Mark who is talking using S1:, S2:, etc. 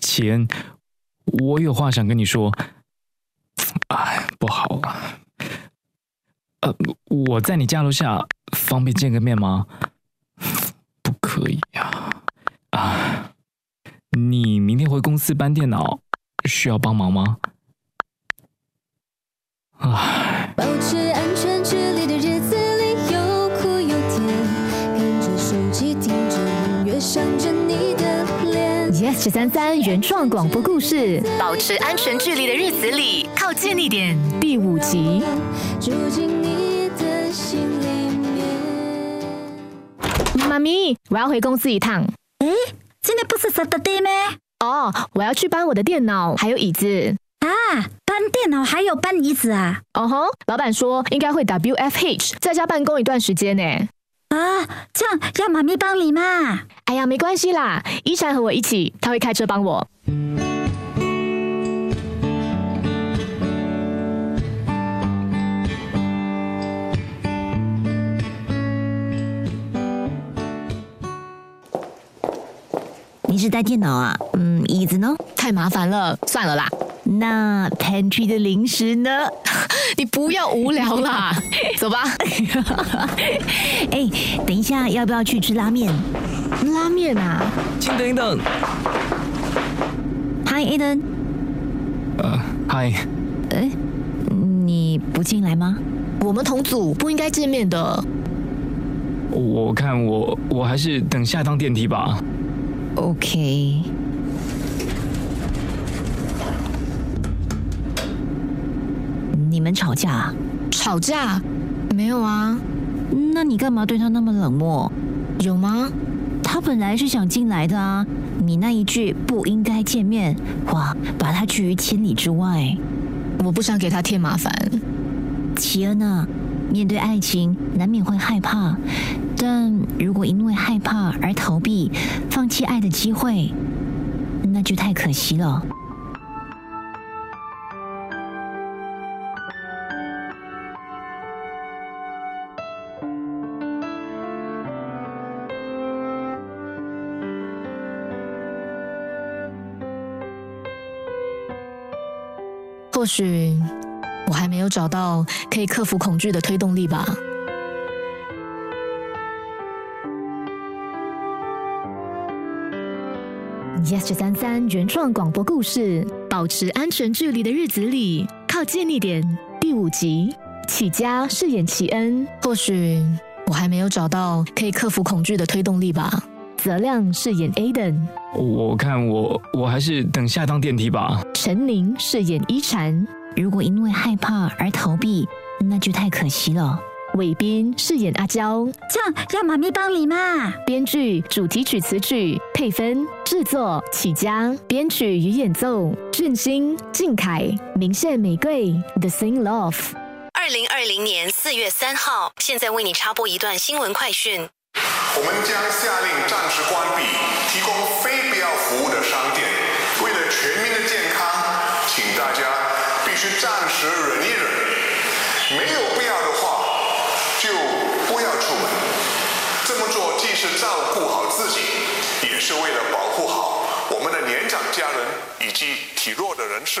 S1: 前，我有话想跟你说。哎，不好啊。呃，我在你家楼下，方便见个面吗？不可以啊。啊，你明天回公司搬电脑，需要帮忙吗？啊唉，
S2: 保持安全距离的日子里有哭有甜，看着手机听着音乐，想着你的脸。
S3: Yes 十三三原创广播故事
S4: 保持安全距离的日子里，靠近一点。
S3: 第五集。
S2: 住进你的心里面。
S3: 妈咪，我要回公司一趟。
S5: 今天不是 Saturday 咩？
S3: 哦，我要去搬我的电脑还有椅子。
S5: 啊，搬电脑还有搬椅子啊？
S3: 哦吼，老板说应该会 WFH 在家办公一段时间呢。
S5: 啊，这样要妈咪帮你嘛？
S3: 哎呀，没关系啦，依婵和我一起，他会开车帮我。
S6: 你是带电脑啊？嗯，椅子呢？
S3: 太麻烦了，算了啦，
S6: 那 pantry 的零食呢？
S3: 你不要无聊啦， 走吧。
S6: 哎，等一下，要不要去吃拉面
S3: 拉面啊，
S1: 请等一等。
S6: ？Hi Aiden，
S1: 呃，嗨，
S6: 你不进来吗？
S3: 我们同组不应该见面的。
S1: 我看我我还是等下一趟电梯吧。
S6: OK，你们吵架啊？
S3: 吵架？没有啊，
S6: 那你干嘛对他那么冷漠？
S3: 有吗？
S6: 他本来是想进来的啊！你那一句不应该见面，哇，把他拒于千里之外。
S3: 我不想给他添麻烦。
S6: 奇恩啊，面对爱情难免会害怕，但如果因为害怕而逃避、放弃爱的机会，那就太可惜了。
S3: 或许我还没有找到可以克服恐惧的推动力吧。Yes 十三三原创广播故事《保持安全距离的日子里，靠近一点》第五集，起家饰演奇恩。或许我还没有找到可以克服恐惧的推动力吧。泽亮饰演 Aden，
S1: 我看我我还是等下一趟电梯吧。
S3: 陈宁饰演依婵，
S6: 如果因为害怕而逃避，那就太可惜了。
S3: 韦斌饰演阿娇，
S5: 这样要妈咪帮你嘛？
S3: 编剧、主题曲词曲配分，制作起家，编曲与演奏俊兴、靖凯、明宪、玫瑰、The Sing Love。
S4: 二零二零年四月三号，现在为你插播一段新闻快讯。
S7: 我们将下令暂时关闭提供非必要服务的商店。为了全民的健康，请大家必须暂时忍一忍。没有必要的话，就不要出门。这么做既是照顾好自己，也是为了保护好我们的年长家人以及体弱的人士。